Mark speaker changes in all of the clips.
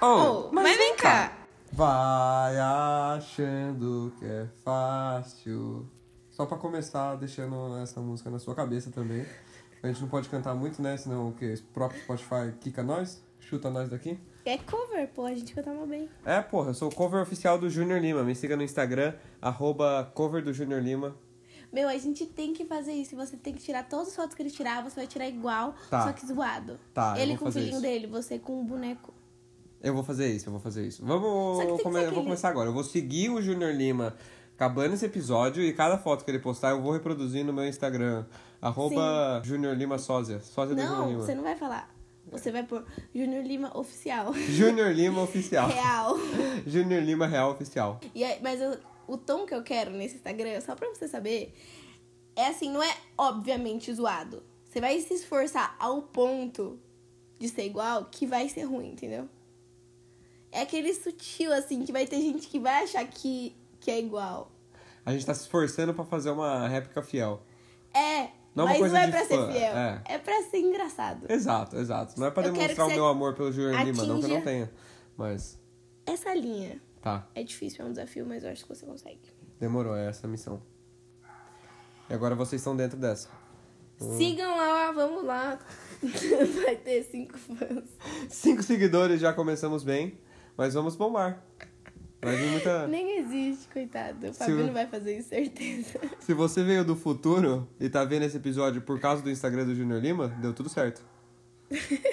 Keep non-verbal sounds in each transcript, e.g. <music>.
Speaker 1: Oh, mas, vem cá.
Speaker 2: Vai achando que é fácil. Só pra começar, deixando essa música na sua cabeça também. A gente não pode cantar muito, né? Senão o que? O próprio Spotify quica nós? Chuta nós daqui?
Speaker 3: É cover, pô, a gente canta mal bem.
Speaker 2: É, porra, eu sou o cover oficial do Junior Lima. Me siga no Instagram, arroba cover do Junior Lima.
Speaker 3: Meu, a gente tem que fazer isso. Você tem que tirar todas as fotos que ele tirar, você vai tirar igual,
Speaker 2: Tá.
Speaker 3: só que zoado.
Speaker 2: Tá, eu
Speaker 3: ele
Speaker 2: vou
Speaker 3: com o
Speaker 2: fazer
Speaker 3: filhinho
Speaker 2: isso.
Speaker 3: dele, você com o boneco.
Speaker 2: Eu vou fazer isso, eu vou fazer isso.
Speaker 3: Só que tem
Speaker 2: Vamos come-
Speaker 3: que ser
Speaker 2: eu vou
Speaker 3: aquele-
Speaker 2: começar agora. Eu vou seguir o Junior Lima acabando esse episódio e cada foto que ele postar eu vou reproduzir no meu Instagram. Arroba Junior Lima Sósia. Sósia do Junior
Speaker 3: Não,
Speaker 2: Lima.
Speaker 3: você não vai falar. Você vai pôr Junior Lima oficial.
Speaker 2: Junior Lima Oficial.
Speaker 3: Real.
Speaker 2: <laughs> Junior Lima Real Oficial.
Speaker 3: E aí, mas eu- o tom que eu quero nesse Instagram, só pra você saber, é assim, não é obviamente zoado. Você vai se esforçar ao ponto de ser igual que vai ser ruim, entendeu? É aquele sutil, assim, que vai ter gente que vai achar que, que é igual.
Speaker 2: A gente tá se esforçando pra fazer uma réplica fiel.
Speaker 3: É,
Speaker 2: Não é uma
Speaker 3: mas
Speaker 2: coisa
Speaker 3: não é
Speaker 2: de
Speaker 3: pra
Speaker 2: fã,
Speaker 3: ser fiel.
Speaker 2: é.
Speaker 3: É. pra ser engraçado.
Speaker 2: Exato, exato. Não é pra
Speaker 3: Eu quero
Speaker 2: demonstrar o
Speaker 3: que você
Speaker 2: meu amor pelo Junior Lima, não que eu não
Speaker 3: atinja-
Speaker 2: tenha. Mas,
Speaker 3: Essa linha
Speaker 2: tá.
Speaker 3: é difícil, é um desafio, mas eu acho que você consegue.
Speaker 2: Demorou, é essa a missão. E agora vocês estão dentro dessa. Hum.
Speaker 3: Sigam lá, vamos lá. <laughs> vai ter cinco fãs.
Speaker 2: Cinco seguidores, já começamos bem, mas vamos bombar. Vai vir muita...
Speaker 3: Nem existe, coitado. O Fabio
Speaker 2: eu-
Speaker 3: não vai fazer isso, certeza. <laughs>
Speaker 2: Se você veio do futuro e tá vendo esse episódio por causa do Instagram do Junior Lima, deu tudo certo.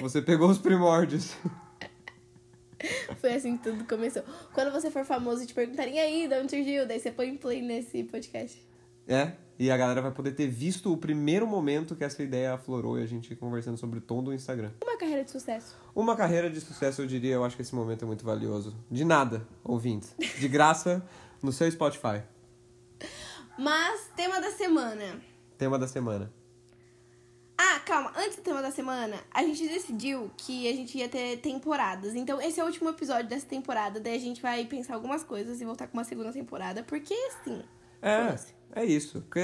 Speaker 2: Você pegou os primórdios.
Speaker 3: Foi assim que tudo começou. Quando você for famoso e te perguntarem, e aí, de onde surgiu? Daí você põe play nesse podcast.
Speaker 2: É, e a galera vai poder ter visto o primeiro momento que essa ideia aflorou e a gente conversando sobre o tom do Instagram.
Speaker 3: Uma carreira de sucesso.
Speaker 2: Uma carreira de sucesso, eu diria, eu acho que esse momento é muito valioso. De nada, ouvintes. De graça, no seu Spotify.
Speaker 3: Mas, tema da semana.
Speaker 2: Tema da semana.
Speaker 3: Ah, calma, antes do tema da semana, a gente decidiu que a gente ia ter temporadas. Então, esse é o último episódio dessa temporada. Daí a gente vai pensar algumas coisas e voltar com uma segunda temporada. Porque, assim,
Speaker 2: É,
Speaker 3: Foda-se.
Speaker 2: é isso. Porque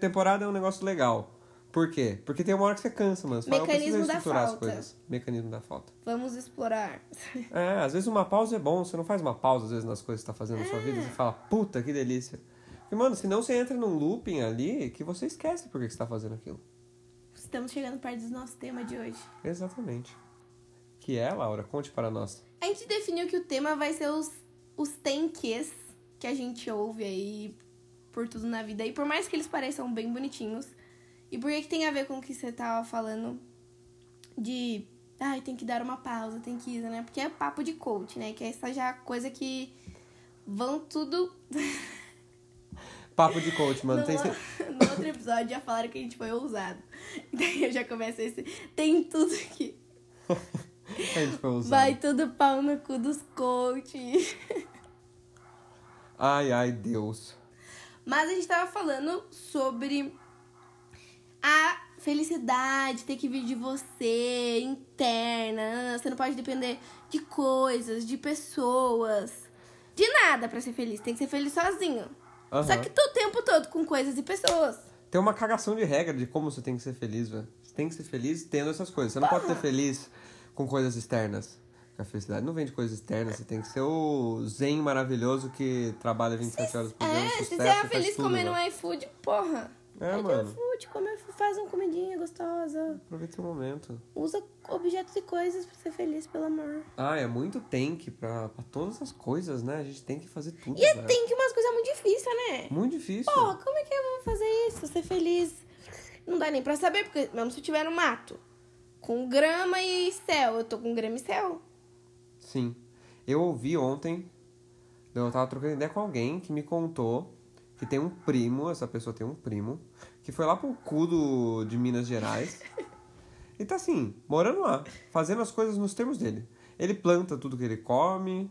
Speaker 2: temporada é um negócio legal. Por quê? Porque tem uma hora que você cansa, mano. Você fala, eu
Speaker 3: Mecanismo
Speaker 2: preciso
Speaker 3: da
Speaker 2: reestruturar
Speaker 3: falta.
Speaker 2: as coisas. Mecanismo da falta.
Speaker 3: vamos explorar. <laughs>
Speaker 2: É, às vezes uma pausa é bom. Você não faz uma pausa, às vezes, nas coisas que você tá fazendo na sua
Speaker 3: É.
Speaker 2: vida. Você fala, puta, que delícia. E, mano, senão você entra num looping ali que você esquece por que que você tá fazendo aquilo.
Speaker 3: Estamos chegando perto do nosso tema de hoje.
Speaker 2: Exatamente. Que é, Laura? Conte para nós.
Speaker 3: A gente definiu que o tema vai ser os, os tem ques que a gente ouve aí por tudo na vida. E por mais que eles pareçam bem bonitinhos, e por que que tem a ver com o que você tava falando de. Ai, tem que dar uma pausa, tem que ir, né? Porque é papo de coach, né? Que essa já é a coisa que vão tudo. <laughs>
Speaker 2: Papo de coach, mano.
Speaker 3: no,
Speaker 2: Tem...
Speaker 3: no outro episódio já falaram que a gente foi ousado. <laughs> Daí eu já começo esse. Tem tudo aqui.
Speaker 2: A gente foi usar.
Speaker 3: Vai tudo pau no cu dos coaches.
Speaker 2: Ai, ai, Deus.
Speaker 3: Mas a gente tava falando sobre a felicidade ter que vir de você, interna. ah, Você não pode depender de coisas, de pessoas, de nada pra ser feliz. Tem que ser feliz sozinho.
Speaker 2: Aham.
Speaker 3: Só que tu o tempo todo com coisas e pessoas.
Speaker 2: Tem uma cagação de regra de como você tem que ser feliz, velho. Você tem que ser feliz tendo essas coisas. Você não pode ser feliz com coisas externas. A felicidade não vem de coisas externas. Você tem que ser o zen maravilhoso que trabalha 27 horas por dia. no
Speaker 3: é, se
Speaker 2: sucesso
Speaker 3: você
Speaker 2: e
Speaker 3: é
Speaker 2: faz
Speaker 3: feliz
Speaker 2: tudo,
Speaker 3: comendo
Speaker 2: mano.
Speaker 3: um iFood, porra.
Speaker 2: É,
Speaker 3: Pede
Speaker 2: mano.
Speaker 3: iFood, come, faz uma comidinha gostosa.
Speaker 2: Aproveita o momento.
Speaker 3: Usa objetos e coisas pra ser feliz, pelo amor.
Speaker 2: Ah, é muito tem que pra, pra todas as coisas, né? A gente tem que fazer tudo,
Speaker 3: E é
Speaker 2: velho.
Speaker 3: tem que umas coisas muito difíceis, né?
Speaker 2: Muito difícil.
Speaker 3: Pô, como é que eu vou fazer isso? Ser feliz? Não dá nem pra saber, porque mesmo se eu tiver no mato, com grama e céu, eu tô com grama e céu.
Speaker 2: Sim. Eu ouvi ontem, eu tava trocando ideia com alguém que me contou que tem um primo, essa pessoa tem um primo, que foi lá pro cu do, de Minas Gerais e tá assim, morando lá, fazendo as coisas nos termos dele. Ele planta tudo que ele come,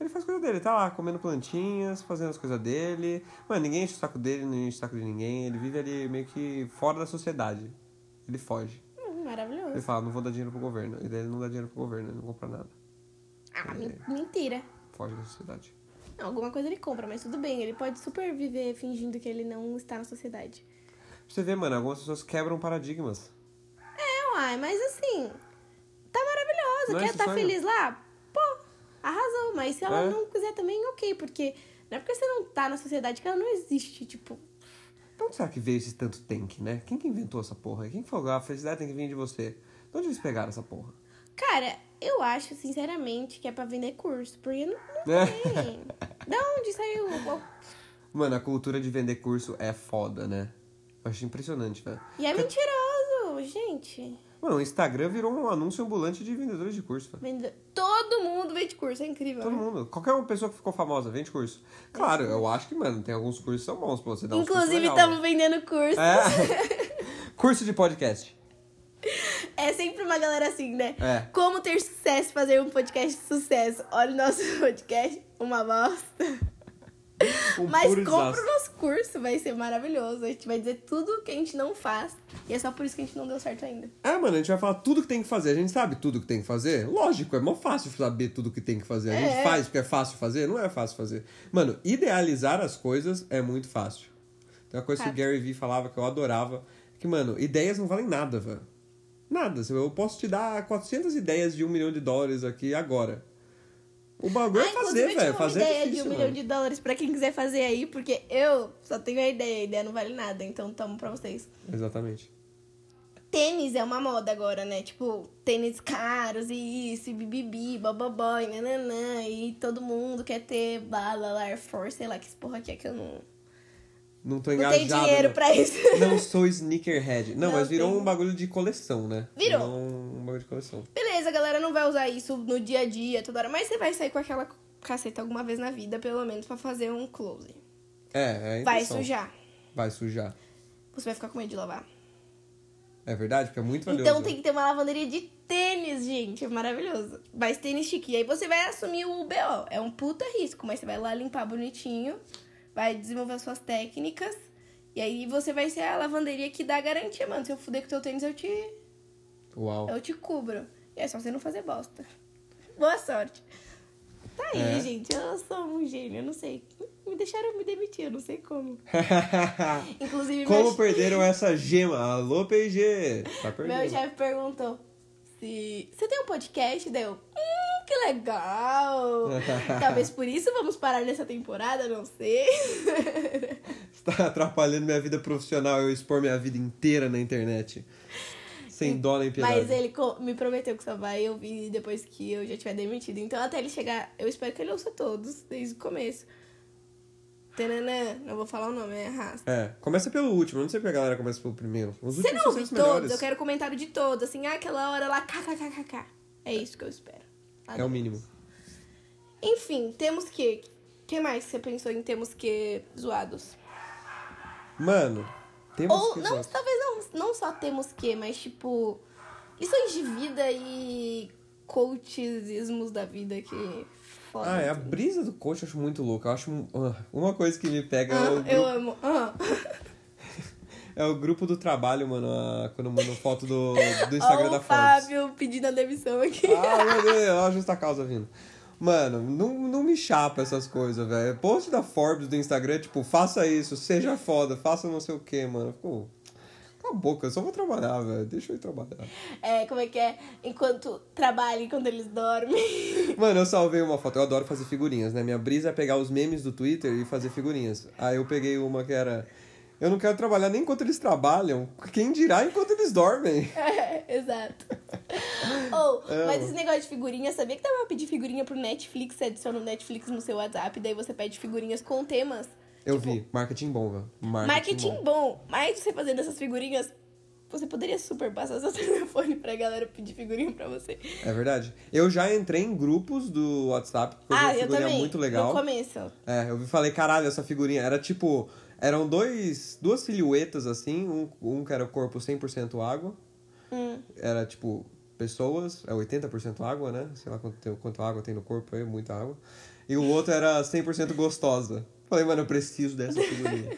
Speaker 2: ele faz coisa dele, tá lá comendo plantinhas, fazendo as coisas dele. Mano, ninguém enche o saco dele, não enche o saco de ninguém, ele vive ali meio que fora da sociedade. Ele foge.
Speaker 3: Hum,
Speaker 2: Ele
Speaker 3: maravilhoso.
Speaker 2: fala, não vou dar dinheiro pro governo. E daí ele não dá dinheiro pro governo, ele não compra nada.
Speaker 3: Ah, men- mentira.
Speaker 2: Foge da sociedade.
Speaker 3: Não, alguma coisa ele compra, mas tudo bem, ele pode super viver fingindo que ele não está na sociedade.
Speaker 2: Pra você ver, mano, algumas pessoas quebram paradigmas.
Speaker 3: É, uai, mas assim, tá maravilhoso.
Speaker 2: Não é
Speaker 3: Quer
Speaker 2: esse
Speaker 3: tá
Speaker 2: sonho?
Speaker 3: feliz lá? Pô, arrasou. Mas se ela
Speaker 2: É.
Speaker 3: não quiser também, ok. Porque não é porque você não tá na sociedade que ela não existe. Tipo,
Speaker 2: De onde será que veio esse tanto tank, né? Quem que inventou essa porra? Quem que falou, ah, a felicidade tem que vir de você? De onde eles pegaram essa porra?
Speaker 3: cara, eu acho, sinceramente, que é pra vender curso. Porque não, não
Speaker 2: Né?
Speaker 3: tem. da onde saiu?
Speaker 2: Mano, a cultura de vender curso é foda, né? Eu acho impressionante, velho.
Speaker 3: E é mentiroso, gente.
Speaker 2: Mano, o Instagram virou um anúncio ambulante de vendedores de curso, velho.
Speaker 3: Vende- Todo mundo vende curso, é incrível.
Speaker 2: Todo
Speaker 3: né?
Speaker 2: mundo. Qualquer uma pessoa que ficou famosa vende curso. Claro, eu acho que, mano, tem alguns cursos que são bons pra você dar uns cursos
Speaker 3: Inclusive,
Speaker 2: legal,
Speaker 3: estamos vendendo curso.
Speaker 2: É. Curso de podcast.
Speaker 3: <laughs> É sempre uma galera assim, né?
Speaker 2: É.
Speaker 3: Como ter sucesso, fazer um podcast de sucesso. Olha o nosso <laughs> podcast, uma bosta.
Speaker 2: Um
Speaker 3: Mas
Speaker 2: puro
Speaker 3: compra
Speaker 2: desastre.
Speaker 3: o nosso curso, vai ser maravilhoso. A gente vai dizer tudo que a gente não faz. E é só por isso que a gente não deu certo ainda.
Speaker 2: É, mano, a gente vai falar tudo que tem que fazer. A gente sabe tudo que tem que fazer? Lógico, é mó fácil saber tudo que tem que fazer. A gente
Speaker 3: É.
Speaker 2: faz porque é fácil fazer? Não é fácil fazer. Mano, idealizar as coisas é muito fácil. Tem uma coisa que o
Speaker 3: Fato.
Speaker 2: Gary Vee falava que eu adorava. Que, mano, ideias não valem nada, velho. Nada. Eu posso te dar 400 ideias de um milhão de dólares aqui agora. O bagulho é
Speaker 3: Ah, inclusive,
Speaker 2: fazer,
Speaker 3: eu tive
Speaker 2: velho.
Speaker 3: uma
Speaker 2: Fazer
Speaker 3: ideia
Speaker 2: é difícil,
Speaker 3: de um milhão
Speaker 2: mano.
Speaker 3: de dólares pra quem quiser fazer aí, porque eu só tenho a ideia, a ideia não vale nada, então tomo pra vocês.
Speaker 2: Exatamente.
Speaker 3: Tênis é uma moda agora, né? Tipo, tênis caros e isso, e bibibi, bobobó, e nananã, e todo mundo quer ter blá, blá, blá, Air Force, sei lá, que esse porra que é que eu não...
Speaker 2: Não tô
Speaker 3: Não
Speaker 2: engajado.
Speaker 3: tem dinheiro
Speaker 2: né?
Speaker 3: pra isso.
Speaker 2: <laughs> Não sou sneakerhead. Não,
Speaker 3: Não
Speaker 2: mas virou
Speaker 3: tem.
Speaker 2: um bagulho de coleção, né?
Speaker 3: Virou.
Speaker 2: um bagulho de coleção.
Speaker 3: Beleza, a galera não vai usar isso no dia a dia, toda hora, mas você vai sair com aquela caceta alguma vez na vida, pelo menos, pra fazer um close.
Speaker 2: É, é a
Speaker 3: Vai
Speaker 2: intenção.
Speaker 3: sujar.
Speaker 2: Vai sujar.
Speaker 3: Você vai ficar com medo de lavar.
Speaker 2: É verdade, porque é muito valioso.
Speaker 3: Então tem que ter uma lavanderia de tênis, gente. É maravilhoso. Mas tênis chique. E aí você vai assumir o BO. É um puta risco, mas você vai lá limpar bonitinho, vai desenvolver as suas técnicas. E aí você vai ser a lavanderia que dá garantia, mano. Se eu fuder com teu tênis, eu te,
Speaker 2: Uau.
Speaker 3: eu te cubro. E é só você não fazer bosta. <laughs> Boa sorte. Tá aí,
Speaker 2: É.
Speaker 3: gente. Eu sou um gênio, eu não sei. Me deixaram me demitir, eu não sei como.
Speaker 2: <laughs>
Speaker 3: Inclusive,
Speaker 2: Como
Speaker 3: meu,
Speaker 2: perderam essa gema? Alô, PG! Tá perdendo. <laughs>
Speaker 3: Meu chefe perguntou se você tem um podcast, deu. Hum, que legal!
Speaker 2: <laughs>
Speaker 3: Talvez por isso vamos parar nessa temporada, não sei.
Speaker 2: Está Tá atrapalhando minha vida profissional eu expor minha vida inteira na internet. Sem dó nem piedade.
Speaker 3: Mas ele co- me prometeu que só vai ouvir depois que eu já tiver demitido. Então até ele chegar, eu espero que ele ouça todos desde o começo. Tananã, não vou falar o nome, é raça.
Speaker 2: É, começa pelo último, eu não sei porque a galera começa pelo primeiro. Os
Speaker 3: Você
Speaker 2: últimos
Speaker 3: não
Speaker 2: são
Speaker 3: ouve
Speaker 2: sempre os
Speaker 3: todos,
Speaker 2: melhores.
Speaker 3: eu quero comentário de todos, assim, ah, aquela hora lá, kkkk. É isso que eu espero.
Speaker 2: É o mínimo.
Speaker 3: Enfim, temos que. O que mais você pensou em temos que zoados?
Speaker 2: Mano, temos
Speaker 3: Ou,
Speaker 2: que
Speaker 3: não,
Speaker 2: usar.
Speaker 3: talvez não, não só temos que, mas tipo. Lições de vida e coachismos da vida que foda.
Speaker 2: Ah, é a
Speaker 3: tudo.
Speaker 2: brisa do coach eu acho muito louca. Eu acho um- ah, uma coisa que me pega é, o
Speaker 3: Ah,
Speaker 2: grupo,
Speaker 3: eu amo. Ah.
Speaker 2: é o grupo do trabalho, mano. ah, Quando mandam foto
Speaker 3: <laughs>
Speaker 2: do, do Instagram
Speaker 3: Ó,
Speaker 2: da
Speaker 3: o
Speaker 2: Forbes.
Speaker 3: Fábio pedindo a demissão aqui.
Speaker 2: Ah, meu Deus, ó, a justa causa vindo. Mano, não, não me chapa essas coisas, velho. Post da Forbes do Instagram, tipo, faça isso, seja foda, faça não sei o que, mano. Ficou. Cala a boca, eu só vou trabalhar, velho. Deixa eu ir trabalhar.
Speaker 3: É, como é que é? Enquanto trabalha, enquanto eles dormem. <laughs>
Speaker 2: Mano, eu salvei uma foto. Eu adoro fazer figurinhas, né? Minha brisa é pegar os memes do Twitter e fazer figurinhas. Aí eu peguei uma que era. Eu não quero trabalhar nem enquanto eles trabalham. Quem dirá enquanto eles dormem?
Speaker 3: É, <laughs>
Speaker 2: <laughs>
Speaker 3: exato. Ou,
Speaker 2: Amo.
Speaker 3: mas esse negócio de figurinha, sabia que dá pra pedir figurinha pro Netflix? Você adiciona o Netflix no seu WhatsApp, daí você pede figurinhas com temas.
Speaker 2: Eu vi. Marketing bom, velho.
Speaker 3: tipo Marketing bom. Mas você fazendo essas figurinhas, você poderia super passar seu <laughs> telefone pra galera pedir figurinha pra você.
Speaker 2: É verdade. Eu já entrei em grupos do WhatsApp. porque
Speaker 3: ah,
Speaker 2: vi uma
Speaker 3: eu
Speaker 2: figurinha
Speaker 3: também.
Speaker 2: muito legal.
Speaker 3: No começo.
Speaker 2: É, eu vi- falei, caralho, essa figurinha era tipo. Eram dois, duas silhuetas assim, um, um que era o corpo 100% água,
Speaker 3: Hum.
Speaker 2: era tipo pessoas, é 80% água, né? Sei lá quanto, tem- quanto água tem no corpo aí, muita água. E o outro era 100% gostosa. Falei, mano, eu preciso dessa figurinha.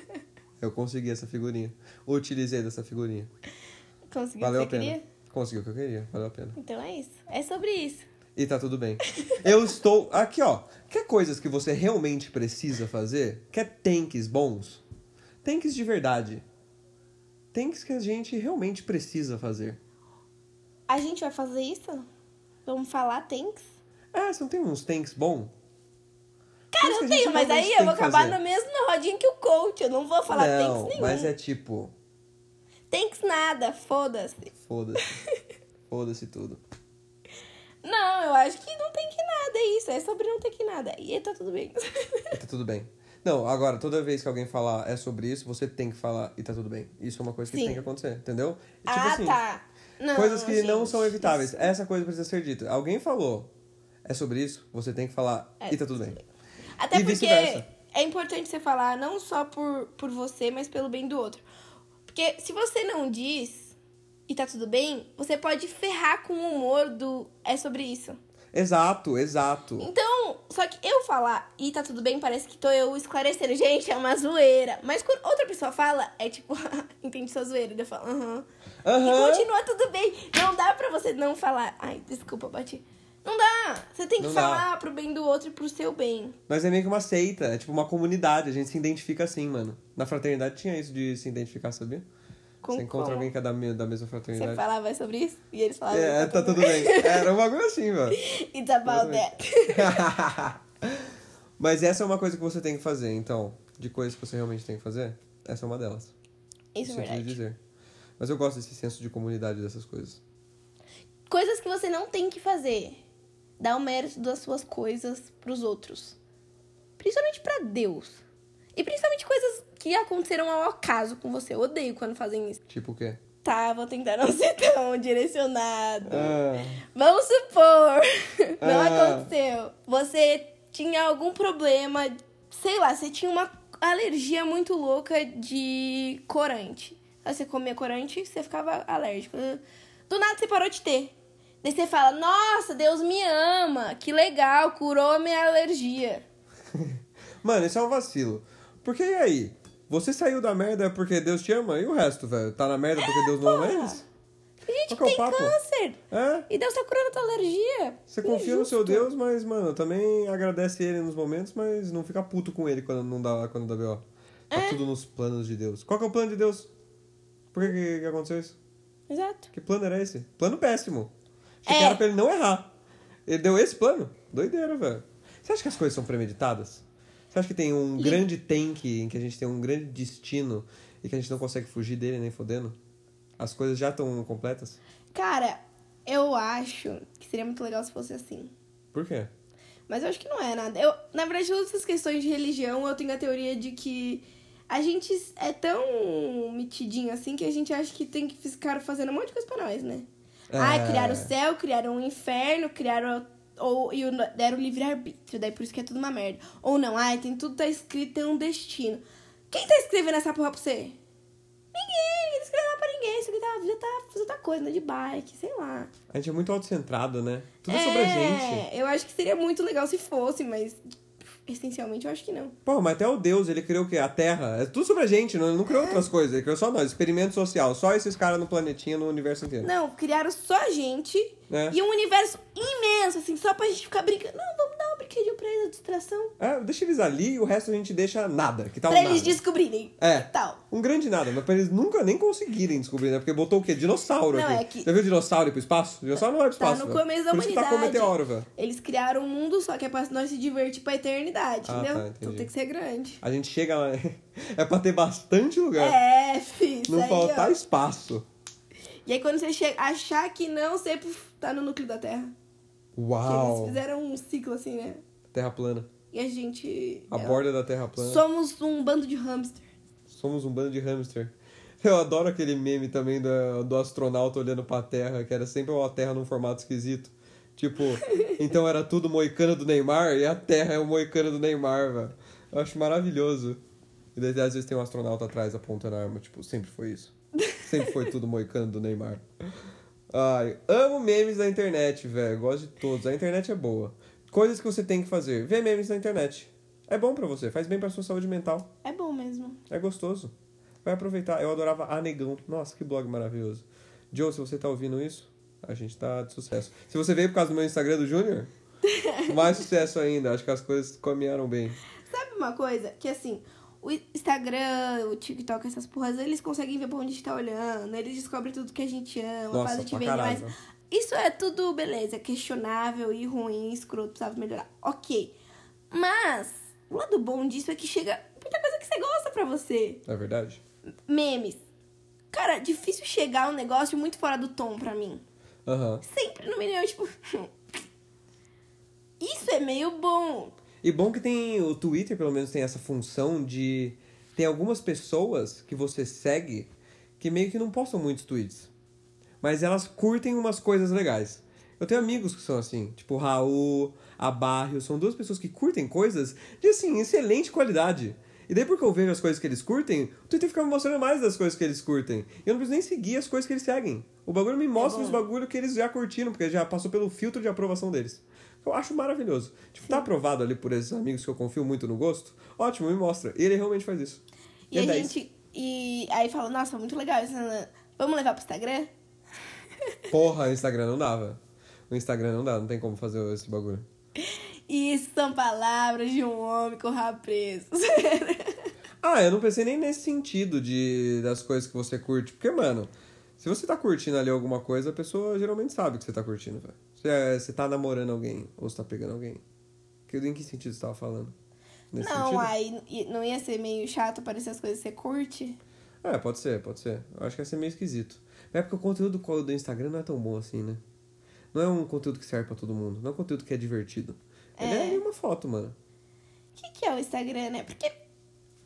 Speaker 2: eu consegui essa figurinha. Utilizei dessa figurinha.
Speaker 3: Conseguiu
Speaker 2: Valeu
Speaker 3: o
Speaker 2: a
Speaker 3: que você
Speaker 2: pena.
Speaker 3: queria?
Speaker 2: Conseguiu o que eu queria, valeu a pena.
Speaker 3: Então é isso. É sobre isso.
Speaker 2: E tá tudo bem. Eu estou. Aqui, ó. Quer coisas que você realmente precisa fazer? Quer tanques bons? Tanques de verdade. Tanques que a gente realmente precisa fazer.
Speaker 3: A gente vai fazer isso? Vamos falar thanks?
Speaker 2: Ah, você não tem uns tanks bom?
Speaker 3: Cara, eu tenho, mas aí eu vou acabar na mesma rodinha que o coach. Eu não vou falar
Speaker 2: Não,
Speaker 3: tanks nenhum.
Speaker 2: mas é tipo,
Speaker 3: Tanks nada, foda-se.
Speaker 2: foda-se.
Speaker 3: <laughs>
Speaker 2: foda-se tudo.
Speaker 3: Não, eu acho que não tem que nada, é isso. É sobre não ter que nada. E aí tá tudo <laughs> bem.
Speaker 2: E tá tudo bem. Não, agora, toda vez que alguém falar é sobre isso, você tem que falar e tá tudo bem. Isso é uma coisa que
Speaker 3: Sim.
Speaker 2: tem que acontecer, entendeu? Tipo
Speaker 3: ah,
Speaker 2: assim,
Speaker 3: tá. Não,
Speaker 2: coisas que não
Speaker 3: gente,
Speaker 2: são evitáveis.
Speaker 3: isso-
Speaker 2: Essa coisa precisa ser dita. Alguém falou é sobre isso, você tem que falar
Speaker 3: É,
Speaker 2: e tá tudo bem.
Speaker 3: Até
Speaker 2: E
Speaker 3: porque
Speaker 2: vice-versa.
Speaker 3: é importante você falar não só por, por você, mas pelo bem do outro. Porque se você não diz e tá tudo bem, você pode ferrar com o humor do é sobre isso.
Speaker 2: Exato, exato.
Speaker 3: Então, só que eu falar e tá tudo bem, parece que tô eu esclarecendo. Gente, é uma zoeira. Mas quando outra pessoa fala, é tipo, <laughs> entendi sua zoeira. Daí eu falo, aham.
Speaker 2: Aham.
Speaker 3: E continua tudo bem. Não dá pra você não falar. Ai, desculpa, bati. Não dá. Você tem que
Speaker 2: Não dá.
Speaker 3: falar pro bem do outro e pro seu bem.
Speaker 2: Mas é meio que uma seita, é tipo uma comunidade, a gente se identifica assim, mano. Na fraternidade tinha isso de se identificar, sabia?
Speaker 3: Com
Speaker 2: você encontra
Speaker 3: como?
Speaker 2: alguém que é da, me- da mesma
Speaker 3: Você
Speaker 2: fraternidade.
Speaker 3: falava sobre isso? E eles falavam.
Speaker 2: É, tá tudo bem. Era um bagulho assim, mano. <laughs>
Speaker 3: <laughs> It's about
Speaker 2: Exatamente.
Speaker 3: that.
Speaker 2: Mas essa é uma coisa que você tem que fazer, então. De coisas que você realmente tem que fazer, essa é uma delas.
Speaker 3: Isso é
Speaker 2: Sinto lhe
Speaker 3: verdade.
Speaker 2: dizer. Mas eu gosto desse senso de comunidade dessas coisas.
Speaker 3: Coisas que você não tem que fazer. Dá o mérito das suas coisas pros outros. Principalmente pra Deus. E principalmente coisas que aconteceram ao acaso com você. Eu odeio quando fazem isso.
Speaker 2: Tipo o quê?
Speaker 3: Tá, vou tentar não ser tão direcionado.
Speaker 2: Ah,
Speaker 3: Vamos supor,
Speaker 2: <laughs>
Speaker 3: não
Speaker 2: Ah.
Speaker 3: aconteceu. Você tinha algum problema, sei lá, você tinha uma alergia muito louca de corante. Aí você comia corante, você ficava alérgico. Do nada você parou de ter. Daí você fala, nossa, Deus me ama, que legal, curou a minha alergia.
Speaker 2: <laughs> Mano, isso é um vacilo. Porque e aí? Você saiu da merda porque Deus te ama? E o resto, velho? Tá na merda porque Deus não ama
Speaker 3: porra.
Speaker 2: eles?
Speaker 3: Gente,
Speaker 2: Qual
Speaker 3: tem
Speaker 2: que é o papo?
Speaker 3: câncer.
Speaker 2: É?
Speaker 3: E Deus tá curando a tua alergia.
Speaker 2: Você confia no
Speaker 3: Injusto.
Speaker 2: seu Deus, mas, mano, também agradece ele nos momentos, mas não fica puto com ele quando não dá, quando dá B.O. Tá tudo nos planos de Deus. Qual que é o plano de Deus? Por que, que, que aconteceu isso?
Speaker 3: Exato.
Speaker 2: Que plano era esse? Plano péssimo. Achei
Speaker 3: É.
Speaker 2: que era pra ele não errar. Ele deu esse plano? Doideira, velho. Você acha que as coisas são premeditadas? Você acha que tem um
Speaker 3: Li-
Speaker 2: grande tanque em que a gente tem um grande destino e que a gente não consegue fugir dele nem fodendo? As coisas já estão completas?
Speaker 3: Cara, eu acho que seria muito legal se fosse assim.
Speaker 2: Por quê?
Speaker 3: Mas eu acho que não é nada. Eu, na verdade, todas essas questões de religião, eu tenho a teoria de que a gente é tão metidinho assim que a gente acha que tem que ficar fazendo um monte de coisa pra nós, né?
Speaker 2: É.
Speaker 3: Ai, criaram o céu, criaram o inferno, criaram. Ou, e o- deram o livre-arbítrio, daí por isso que é tudo uma merda. Ou não, ai, tem tudo tá escrito, tem um destino. Quem tá escrevendo essa porra pra você? Ninguém, ninguém tá escrevendo nada pra ninguém. Isso aqui tá, já tá fazendo outra coisa, né? De bike, sei lá.
Speaker 2: A gente é muito autocentrado, né? Tudo é sobre a gente.
Speaker 3: Eu acho que seria muito legal se fosse, mas essencialmente eu acho que não.
Speaker 2: Pô, mas até o Deus, ele criou o quê? A Terra. É tudo sobre a gente, não, ele não
Speaker 3: É.
Speaker 2: criou outras coisas. Ele criou só nós. Experimento social. Só esses caras no planetinha, no universo inteiro.
Speaker 3: Não, criaram só a gente
Speaker 2: É.
Speaker 3: e um universo imenso, assim, só pra gente ficar brincando. Não, vamos dar um brinquedinho pra eles, a distração.
Speaker 2: É, deixa eles ali e o resto a gente deixa nada. Que tal
Speaker 3: pra
Speaker 2: um nada?
Speaker 3: eles descobrirem.
Speaker 2: É.
Speaker 3: Que tal?
Speaker 2: Um grande nada, mas pra eles nunca nem conseguirem descobrir, né? Porque botou o quê? Dinossauro
Speaker 3: Não,
Speaker 2: aqui.
Speaker 3: é que-
Speaker 2: Já viu dinossauro ir pro espaço? Dinossauro não vai pro
Speaker 3: Tá
Speaker 2: espaço.
Speaker 3: no
Speaker 2: velho.
Speaker 3: começo da
Speaker 2: Por isso que tá com o
Speaker 3: humanidade.
Speaker 2: meteoro, velho.
Speaker 3: Eles criaram um mundo só que é pra nós se divertir pra eternidade,
Speaker 2: Ah,
Speaker 3: entendeu?
Speaker 2: tá, entendi.
Speaker 3: então tem que ser grande.
Speaker 2: A gente chega lá. <laughs> é pra ter bastante lugar.
Speaker 3: É, fi, isso
Speaker 2: não
Speaker 3: aí,
Speaker 2: faltar
Speaker 3: ó.
Speaker 2: espaço.
Speaker 3: E aí quando você chega, achar que não, você puf, tá no núcleo da Terra. Que eles
Speaker 2: Uau!
Speaker 3: fizeram um ciclo assim, né?
Speaker 2: Terra plana.
Speaker 3: E a gente.
Speaker 2: A
Speaker 3: é,
Speaker 2: borda da terra plana.
Speaker 3: Somos um bando de hamster.
Speaker 2: Somos um bando de hamster. <laughs> Eu adoro aquele meme também do, do astronauta olhando pra Terra, que era sempre uma Terra num formato esquisito. Tipo, então era tudo moicano do Neymar e a Terra é o moicano do Neymar, velho. Eu acho maravilhoso. E daí, às vezes tem um astronauta atrás apontando a arma, tipo, sempre foi isso. Sempre foi tudo moicano do Neymar. Ai, amo memes da internet, velho. Gosto de todos. A internet é boa. Coisas que você tem que fazer. Vê memes na internet. É bom pra você, faz bem pra sua saúde mental.
Speaker 3: É bom mesmo.
Speaker 2: É gostoso. Vai aproveitar. Eu adorava Anegão. Nossa, que blog maravilhoso. Joe, se você tá ouvindo isso, a gente tá de sucesso. Se você veio por causa do meu Instagram do Júnior, mais sucesso ainda. Acho que as coisas caminharam bem.
Speaker 3: Sabe uma coisa? Que assim, o Instagram, o TikTok, essas porras, eles conseguem ver pra onde a gente tá olhando, eles descobrem tudo que a gente ama,
Speaker 2: Nossa,
Speaker 3: fazem te
Speaker 2: pra
Speaker 3: ver
Speaker 2: caralho.
Speaker 3: animais. Isso é tudo beleza, questionável e ruim, escroto, precisava melhorar. Ok. Mas o lado bom disso é que chega muita coisa que você gosta pra você.
Speaker 2: É verdade?
Speaker 3: Memes. Cara, difícil chegar um negócio muito fora do tom pra mim.
Speaker 2: Aham.
Speaker 3: Sempre no mínimo, eu, tipo. <laughs> Isso é meio bom.
Speaker 2: E bom que tem o Twitter, pelo menos, tem essa função de. Tem algumas pessoas que você segue que meio que não postam muitos tweets. Mas elas curtem umas coisas legais. Eu tenho amigos que são assim, tipo o Raul, a Barrio, são duas pessoas que curtem coisas de assim, excelente qualidade. E daí porque eu vejo as coisas que eles curtem, o Twitter fica me mostrando mais das coisas que eles curtem. E eu não preciso nem seguir as coisas que eles seguem. O bagulho me mostra
Speaker 3: bom.
Speaker 2: os bagulho que eles já curtiram, porque já passou pelo filtro de aprovação deles. Eu acho maravilhoso. Tipo, tá aprovado ali por esses amigos que eu confio muito no gosto? Ótimo, me mostra. E ele realmente faz isso. é
Speaker 3: E a
Speaker 2: 10.
Speaker 3: gente. E aí fala, nossa, muito legal isso. né? Vamos levar pro Instagram?
Speaker 2: Porra, o Instagram não dava. O Instagram não dá, não tem como fazer esse bagulho.
Speaker 3: Isso são palavras de um homem com preso. <laughs>
Speaker 2: Ah, eu não pensei nem nesse sentido de, das coisas que você curte. Porque, mano, se você tá curtindo ali alguma coisa, a pessoa geralmente sabe que você tá curtindo, velho. Se é- Você tá namorando alguém ou você tá pegando alguém. Que, em que sentido você tava falando? Nesse
Speaker 3: não,
Speaker 2: sentido?
Speaker 3: aí e não ia ser meio chato aparecer as coisas que você curte?
Speaker 2: É, pode ser, pode ser. Eu acho que ia ser meio esquisito. Mas É porque o conteúdo do do Instagram não é tão bom assim, né? Não é um conteúdo que serve pra todo mundo. Não é um conteúdo que é divertido. Ele
Speaker 3: É.
Speaker 2: é, uma foto, mano.
Speaker 3: O que, que é o Instagram, né? Porque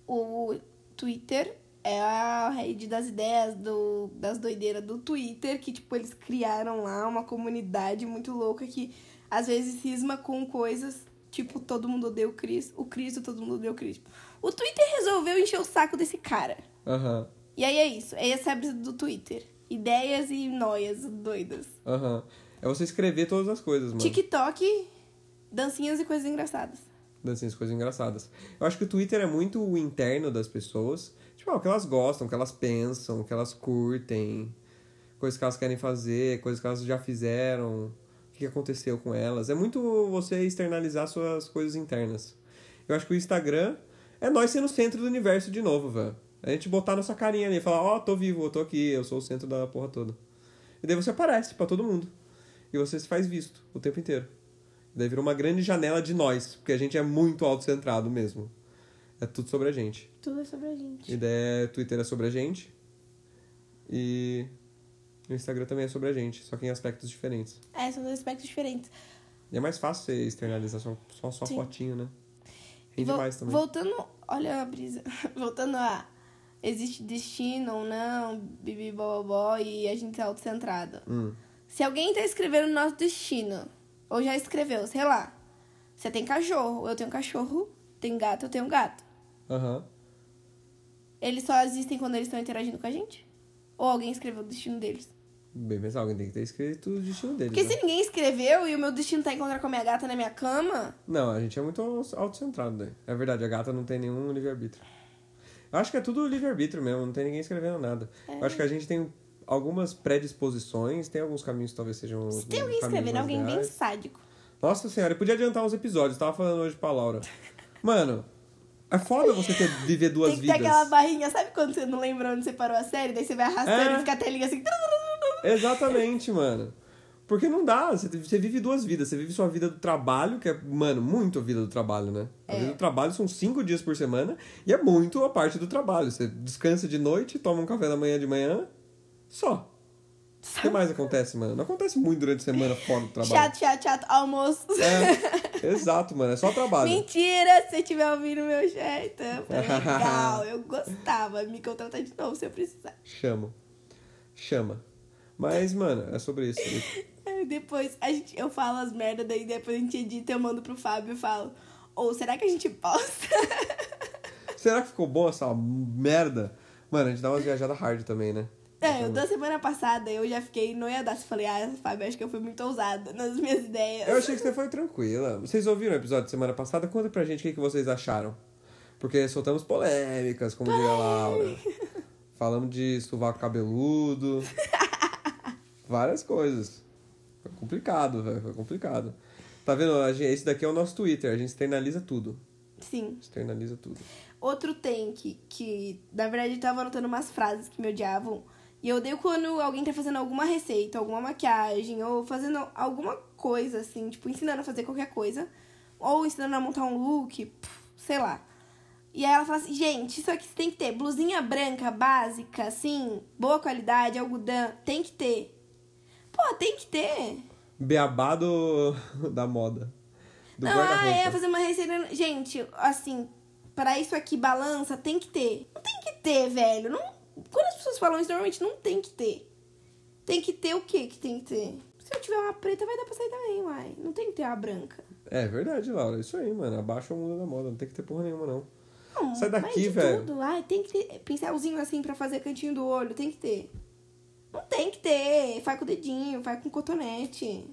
Speaker 3: o Twitter é a rede das ideias, do, das doideiras do Twitter, que, tipo, eles criaram lá uma comunidade muito louca que às vezes cisma com coisas. Tipo, todo mundo odeia o Cris, o Cris, o todo mundo odeia o Cris. O Twitter resolveu encher o saco desse cara.
Speaker 2: Aham,
Speaker 3: E aí é isso. É essa é a brisa do Twitter. Ideias e noias doidas.
Speaker 2: aham. É você escrever todas as coisas, mano.
Speaker 3: TikTok, dancinhas e coisas engraçadas.
Speaker 2: Assim, as coisas engraçadas. Eu acho que o Twitter é muito o interno das pessoas. Tipo, ah, o que elas gostam, o que elas pensam, o que elas curtem. Coisas que elas querem fazer, coisas que elas já fizeram. O que aconteceu com elas. É muito você externalizar suas coisas internas. Eu acho que o Instagram é nós sendo o centro do universo de novo, velho. A gente botar nossa carinha ali e falar, ó, tô vivo, eu tô aqui, eu sou o centro da porra toda. E daí você aparece pra todo mundo. E você se faz visto o tempo inteiro. Daí virou uma grande janela de nós, porque a gente é muito autocentrado mesmo. É tudo sobre a gente.
Speaker 3: Tudo é sobre a gente.
Speaker 2: E daí Twitter é sobre a gente. E o Instagram também é sobre a gente, só que em aspectos diferentes.
Speaker 3: É, são dois aspectos diferentes.
Speaker 2: E é mais fácil você externalizar só só, só
Speaker 3: Sim.
Speaker 2: fotinho, né?
Speaker 3: E
Speaker 2: Rende
Speaker 3: vo-
Speaker 2: mais também.
Speaker 3: Voltando, olha a brisa. <laughs> Voltando a existe destino ou não, bibi bobó e a gente é autocentrado.
Speaker 2: Hum.
Speaker 3: Se alguém tá escrevendo o nosso destino, ou já escreveu, sei lá. Você tem cachorro, eu tenho cachorro, tem gato, eu tenho gato.
Speaker 2: Aham.
Speaker 3: Eles só existem quando eles estão interagindo com a gente? Ou alguém escreveu o destino deles?
Speaker 2: Bem, mas alguém tem que ter escrito o destino deles.
Speaker 3: Porque
Speaker 2: né?
Speaker 3: se ninguém escreveu e o meu destino tá encontrar com a minha gata na minha cama,
Speaker 2: Não, a gente é muito autocentrado daí. É verdade, a gata não tem nenhum livre-arbítrio. Eu acho que é tudo livre-arbítrio mesmo, não tem ninguém escrevendo nada. Eu acho que a gente tem algumas predisposições, tem alguns caminhos que talvez sejam.
Speaker 3: se tem alguém escrevendo, alguém bem sádico.
Speaker 2: Nossa senhora, eu podia adiantar uns episódios, eu tava falando hoje pra Laura. Mano, é foda você ter viver duas
Speaker 3: Tem que
Speaker 2: vidas.
Speaker 3: ter aquela barrinha, sabe quando você não lembra onde você parou a série? Daí você vai arrastando
Speaker 2: É.
Speaker 3: e fica a telinha assim.
Speaker 2: Exatamente, mano. Porque não dá, você, você vive duas vidas. Você vive sua vida do trabalho, que é, mano, muito a vida do trabalho, né? A
Speaker 3: É.
Speaker 2: vida do trabalho são cinco dias por semana e é muito a parte do trabalho. Você descansa de noite, toma um café da manhã de manhã, só. O que mais acontece, mano? Não acontece muito durante a semana fora do trabalho.
Speaker 3: Chato, chato, chato, almoço. <laughs>
Speaker 2: É, exato, mano. É só trabalho.
Speaker 3: Mentira, se você estiver ouvindo meu jeito.
Speaker 2: <laughs>
Speaker 3: Foi legal, eu gostava. Me contratar de novo se eu precisar.
Speaker 2: Chama. Chama. Mas, mano, é sobre isso.
Speaker 3: Aí Depois a gente, eu falo as merdas, daí depois a gente edita, eu mando pro Fábio e falo. Ou será que a gente posta? <laughs>
Speaker 2: Será que ficou bom essa merda? Mano, a gente dá umas viajadas hard também, né?
Speaker 3: É, eu da semana passada eu já fiquei noiadaça. Falei, ah, Fábio, acho que eu fui muito ousada nas minhas ideias.
Speaker 2: Eu achei que você foi tranquila. Vocês ouviram o episódio de semana passada? Conta pra gente o que, que vocês acharam. Porque soltamos polêmicas, como diria a Laura. Falamos de sovaco
Speaker 3: <laughs>
Speaker 2: cabeludo. Várias coisas. Foi complicado, velho. Foi complicado. Tá vendo? A gente- Esse daqui é o nosso Twitter. A gente externaliza tudo.
Speaker 3: Sim.
Speaker 2: Externaliza tudo.
Speaker 3: Outro tank que, na verdade, eu tava anotando umas frases que me odiavam. E eu odeio quando alguém tá fazendo alguma receita, alguma maquiagem, ou fazendo alguma coisa, assim, tipo, ensinando a fazer qualquer coisa, ou ensinando a montar um look, pff, sei lá. E aí ela fala assim, gente, isso aqui você tem que ter blusinha branca, básica, assim, boa qualidade, algodão, tem que ter. Pô, tem que ter.
Speaker 2: Beabá do... <laughs> da moda. Do
Speaker 3: ah,
Speaker 2: guarda-roupa.
Speaker 3: é, fazer uma receita. Gente, assim, pra isso aqui, balança, tem que ter. Não tem que ter, velho. Não... Quando as pessoas falam isso, normalmente não tem que ter. Tem que ter o que que tem que ter? Se eu tiver uma preta, vai dar pra sair também, uai. Não tem que ter uma branca.
Speaker 2: É verdade, Laura. Isso aí, mano. Abaixa o mundo da moda. Não tem que ter porra nenhuma, não.
Speaker 3: Não,
Speaker 2: Sai
Speaker 3: vai
Speaker 2: daqui,
Speaker 3: de
Speaker 2: velho.
Speaker 3: Tudo. Ai, tem que ter pincelzinho assim pra fazer cantinho do olho, tem que ter. Não tem que ter. Faz com o dedinho, faz com cotonete.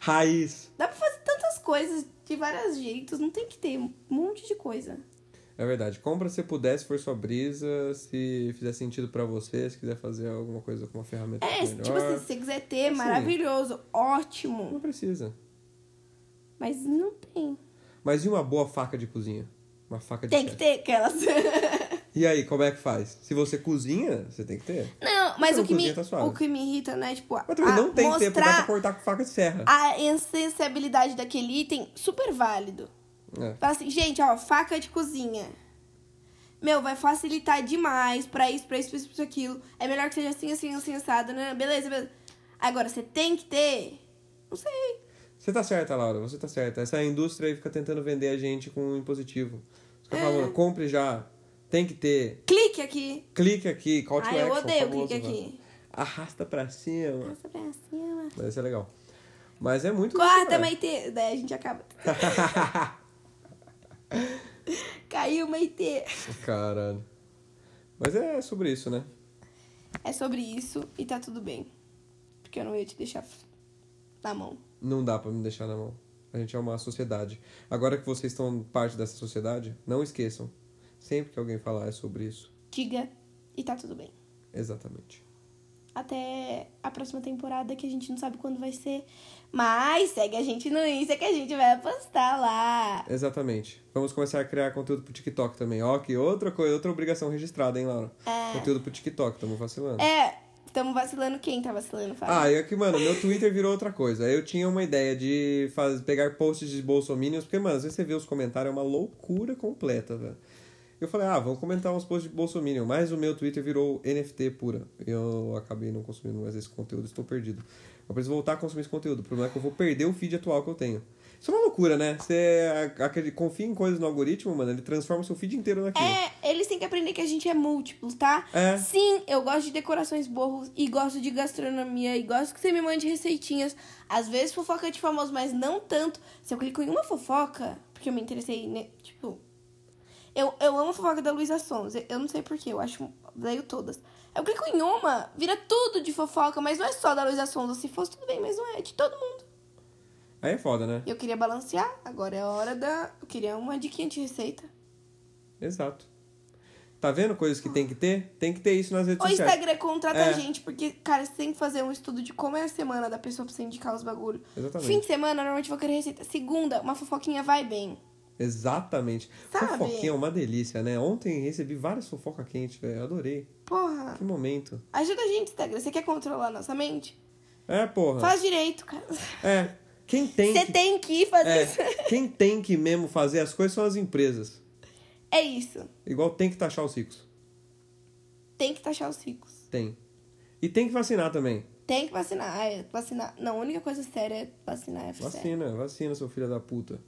Speaker 2: Raiz.
Speaker 3: Dá pra fazer tantas coisas de vários jeitos, não tem que ter um monte de coisa.
Speaker 2: É verdade. Compra se puder, se for sua brisa, se fizer sentido pra você, se quiser fazer alguma coisa com uma ferramenta
Speaker 3: É,
Speaker 2: melhor.
Speaker 3: tipo assim, se você quiser ter,
Speaker 2: Sim.
Speaker 3: maravilhoso,
Speaker 2: Não
Speaker 3: ótimo.
Speaker 2: precisa.
Speaker 3: Mas não tem.
Speaker 2: Mas e uma boa faca de cozinha? Uma faca de
Speaker 3: Tem que
Speaker 2: chefe.
Speaker 3: ter aquelas. <laughs>
Speaker 2: E aí, como é que faz? Se você cozinha, você tem que ter.
Speaker 3: não, mas
Speaker 2: Você
Speaker 3: o
Speaker 2: não
Speaker 3: que, me,
Speaker 2: cozinha, tá suave.
Speaker 3: o que me irrita, né? Tipo,
Speaker 2: Mas também
Speaker 3: a-
Speaker 2: não tem tempo pra
Speaker 3: mostrar
Speaker 2: cortar com faca de serra.
Speaker 3: a insensibilidade daquele item super válido.
Speaker 2: É.
Speaker 3: Fala assim, gente, ó, faca de cozinha. Meu, vai facilitar demais pra isso, pra isso, pra isso, pra isso, aquilo. É melhor que seja assim, assim, assim, assado, né? Beleza, beleza. Agora, você tem que ter. Não sei.
Speaker 2: Você tá certa, Laura, você tá certa. Essa indústria aí fica tentando vender a gente com um impositivo. Os
Speaker 3: É.
Speaker 2: caras falando, compre já, tem que ter,
Speaker 3: Clique aqui.
Speaker 2: clique aqui, call to
Speaker 3: Ai, eu
Speaker 2: action,
Speaker 3: odeio
Speaker 2: famoso,
Speaker 3: clique
Speaker 2: né?
Speaker 3: aqui.
Speaker 2: Arrasta pra cima.
Speaker 3: Nossa, pra cima.
Speaker 2: Mas isso é legal. Mas é muito
Speaker 3: Corta,
Speaker 2: isso,
Speaker 3: Maitê. Daí a gente acaba.
Speaker 2: cara.
Speaker 3: Caiu, Maitê.
Speaker 2: né? Caralho. Mas é sobre isso, né?
Speaker 3: É sobre isso e tá tudo bem. Porque eu não ia te deixar na mão.
Speaker 2: Não dá pra me deixar na mão. A gente é uma sociedade. Agora que vocês estão parte dessa sociedade, não esqueçam. Sempre que alguém falar é sobre isso.
Speaker 3: Diga e tá tudo bem.
Speaker 2: Exatamente.
Speaker 3: Até a próxima temporada que a gente não sabe quando vai ser. Mas segue a gente no Insta que a gente vai postar lá.
Speaker 2: Exatamente. Vamos começar a criar conteúdo pro TikTok também. Ó, que outra coisa, outra obrigação registrada, hein, Laura?
Speaker 3: É.
Speaker 2: Conteúdo pro TikTok, tamo vacilando.
Speaker 3: É, tamo vacilando quem tá vacilando, Fábio?
Speaker 2: Ah, eu que, mano, meu Twitter virou outra coisa. Eu tinha uma ideia de faz, pegar posts de bolsominions, porque, mano, às vezes você vê os comentários, é uma loucura completa, velho. Eu falei, ah, vamos comentar uns posts de bolsominion, mas o meu Twitter virou NFT pura. Eu acabei não consumindo mais esse conteúdo, estou perdido. Eu preciso voltar a consumir esse conteúdo, o problema é que eu vou perder o feed atual que eu tenho. Isso é uma loucura, né? Você acredita, confia em coisas no algoritmo, mano, ele transforma o seu feed inteiro naquilo.
Speaker 3: É, eles têm que aprender que a gente é múltiplo, tá?
Speaker 2: É.
Speaker 3: Sim, eu gosto de decorações borros e gosto de gastronomia e gosto que você me mande receitinhas. Às vezes fofoca de famoso, mas não tanto. Se eu clico em uma fofoca, porque eu me interessei, né? Tipo. Eu, eu amo a fofoca da Luísa Sons. Eu, eu não sei porquê, eu acho. Leio todas. Eu clico em uma, vira tudo de fofoca, mas não é só da Luísa Sons. Se fosse tudo bem, mas não é, é de todo mundo.
Speaker 2: Aí é foda, né?
Speaker 3: Eu queria balancear, agora é a hora da. Eu queria uma diquinha de receita.
Speaker 2: Exato. Tá vendo coisas que tem que ter? Tem que ter isso nas redes
Speaker 3: O
Speaker 2: sociais.
Speaker 3: Instagram contrata
Speaker 2: É.
Speaker 3: a gente, porque, cara, você tem que fazer um estudo de como é a semana da pessoa pra você indicar os bagulho.
Speaker 2: Exatamente.
Speaker 3: Fim de semana, normalmente eu vou querer receita. Segunda, uma fofoquinha vai bem.
Speaker 2: Exatamente.
Speaker 3: Sabe?
Speaker 2: Fofoquinha é uma delícia, né? Ontem recebi várias fofoca quentes, velho. Eu Adorei.
Speaker 3: Porra,
Speaker 2: Que momento.
Speaker 3: ajuda a gente, Instagram. Você quer controlar a nossa mente?
Speaker 2: É, porra.
Speaker 3: Faz direito, cara.
Speaker 2: É. Quem tem
Speaker 3: Você
Speaker 2: que...
Speaker 3: tem que ir fazer isso. <laughs>
Speaker 2: É. Quem tem que mesmo fazer as coisas são as empresas.
Speaker 3: É isso.
Speaker 2: Igual tem que taxar os ricos.
Speaker 3: Tem que taxar os ricos.
Speaker 2: Tem. E tem que vacinar também.
Speaker 3: Tem que vacinar. Ah, é, vacinar. Não, a única coisa séria é vacinar. É, sério.
Speaker 2: Vacina, vacina, seu filho da puta.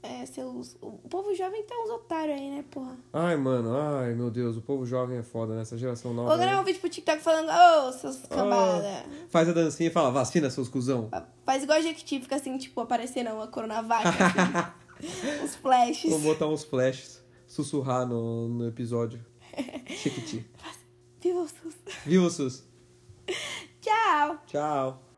Speaker 3: é seus... O povo jovem tem uns otários aí, né, porra?
Speaker 2: Ai, mano, ai, meu Deus, o povo jovem é foda, né? Essa geração nova.
Speaker 3: Vou gravar um vídeo pro TikTok falando, ô, seus
Speaker 2: Ah,
Speaker 3: cambada.
Speaker 2: Faz a dancinha e fala, vacina, seus cuzão.
Speaker 3: Faz igual a Jequiti, fica assim, tipo, aparecendo uma coronavaca. assim. Os flashes.
Speaker 2: Vou botar uns flashes, sussurrar no, no
Speaker 3: <laughs>
Speaker 2: episódio. Chiquiti.
Speaker 3: Viva o SUS.
Speaker 2: Viva o SUS.
Speaker 3: Tchau!
Speaker 2: Tchau.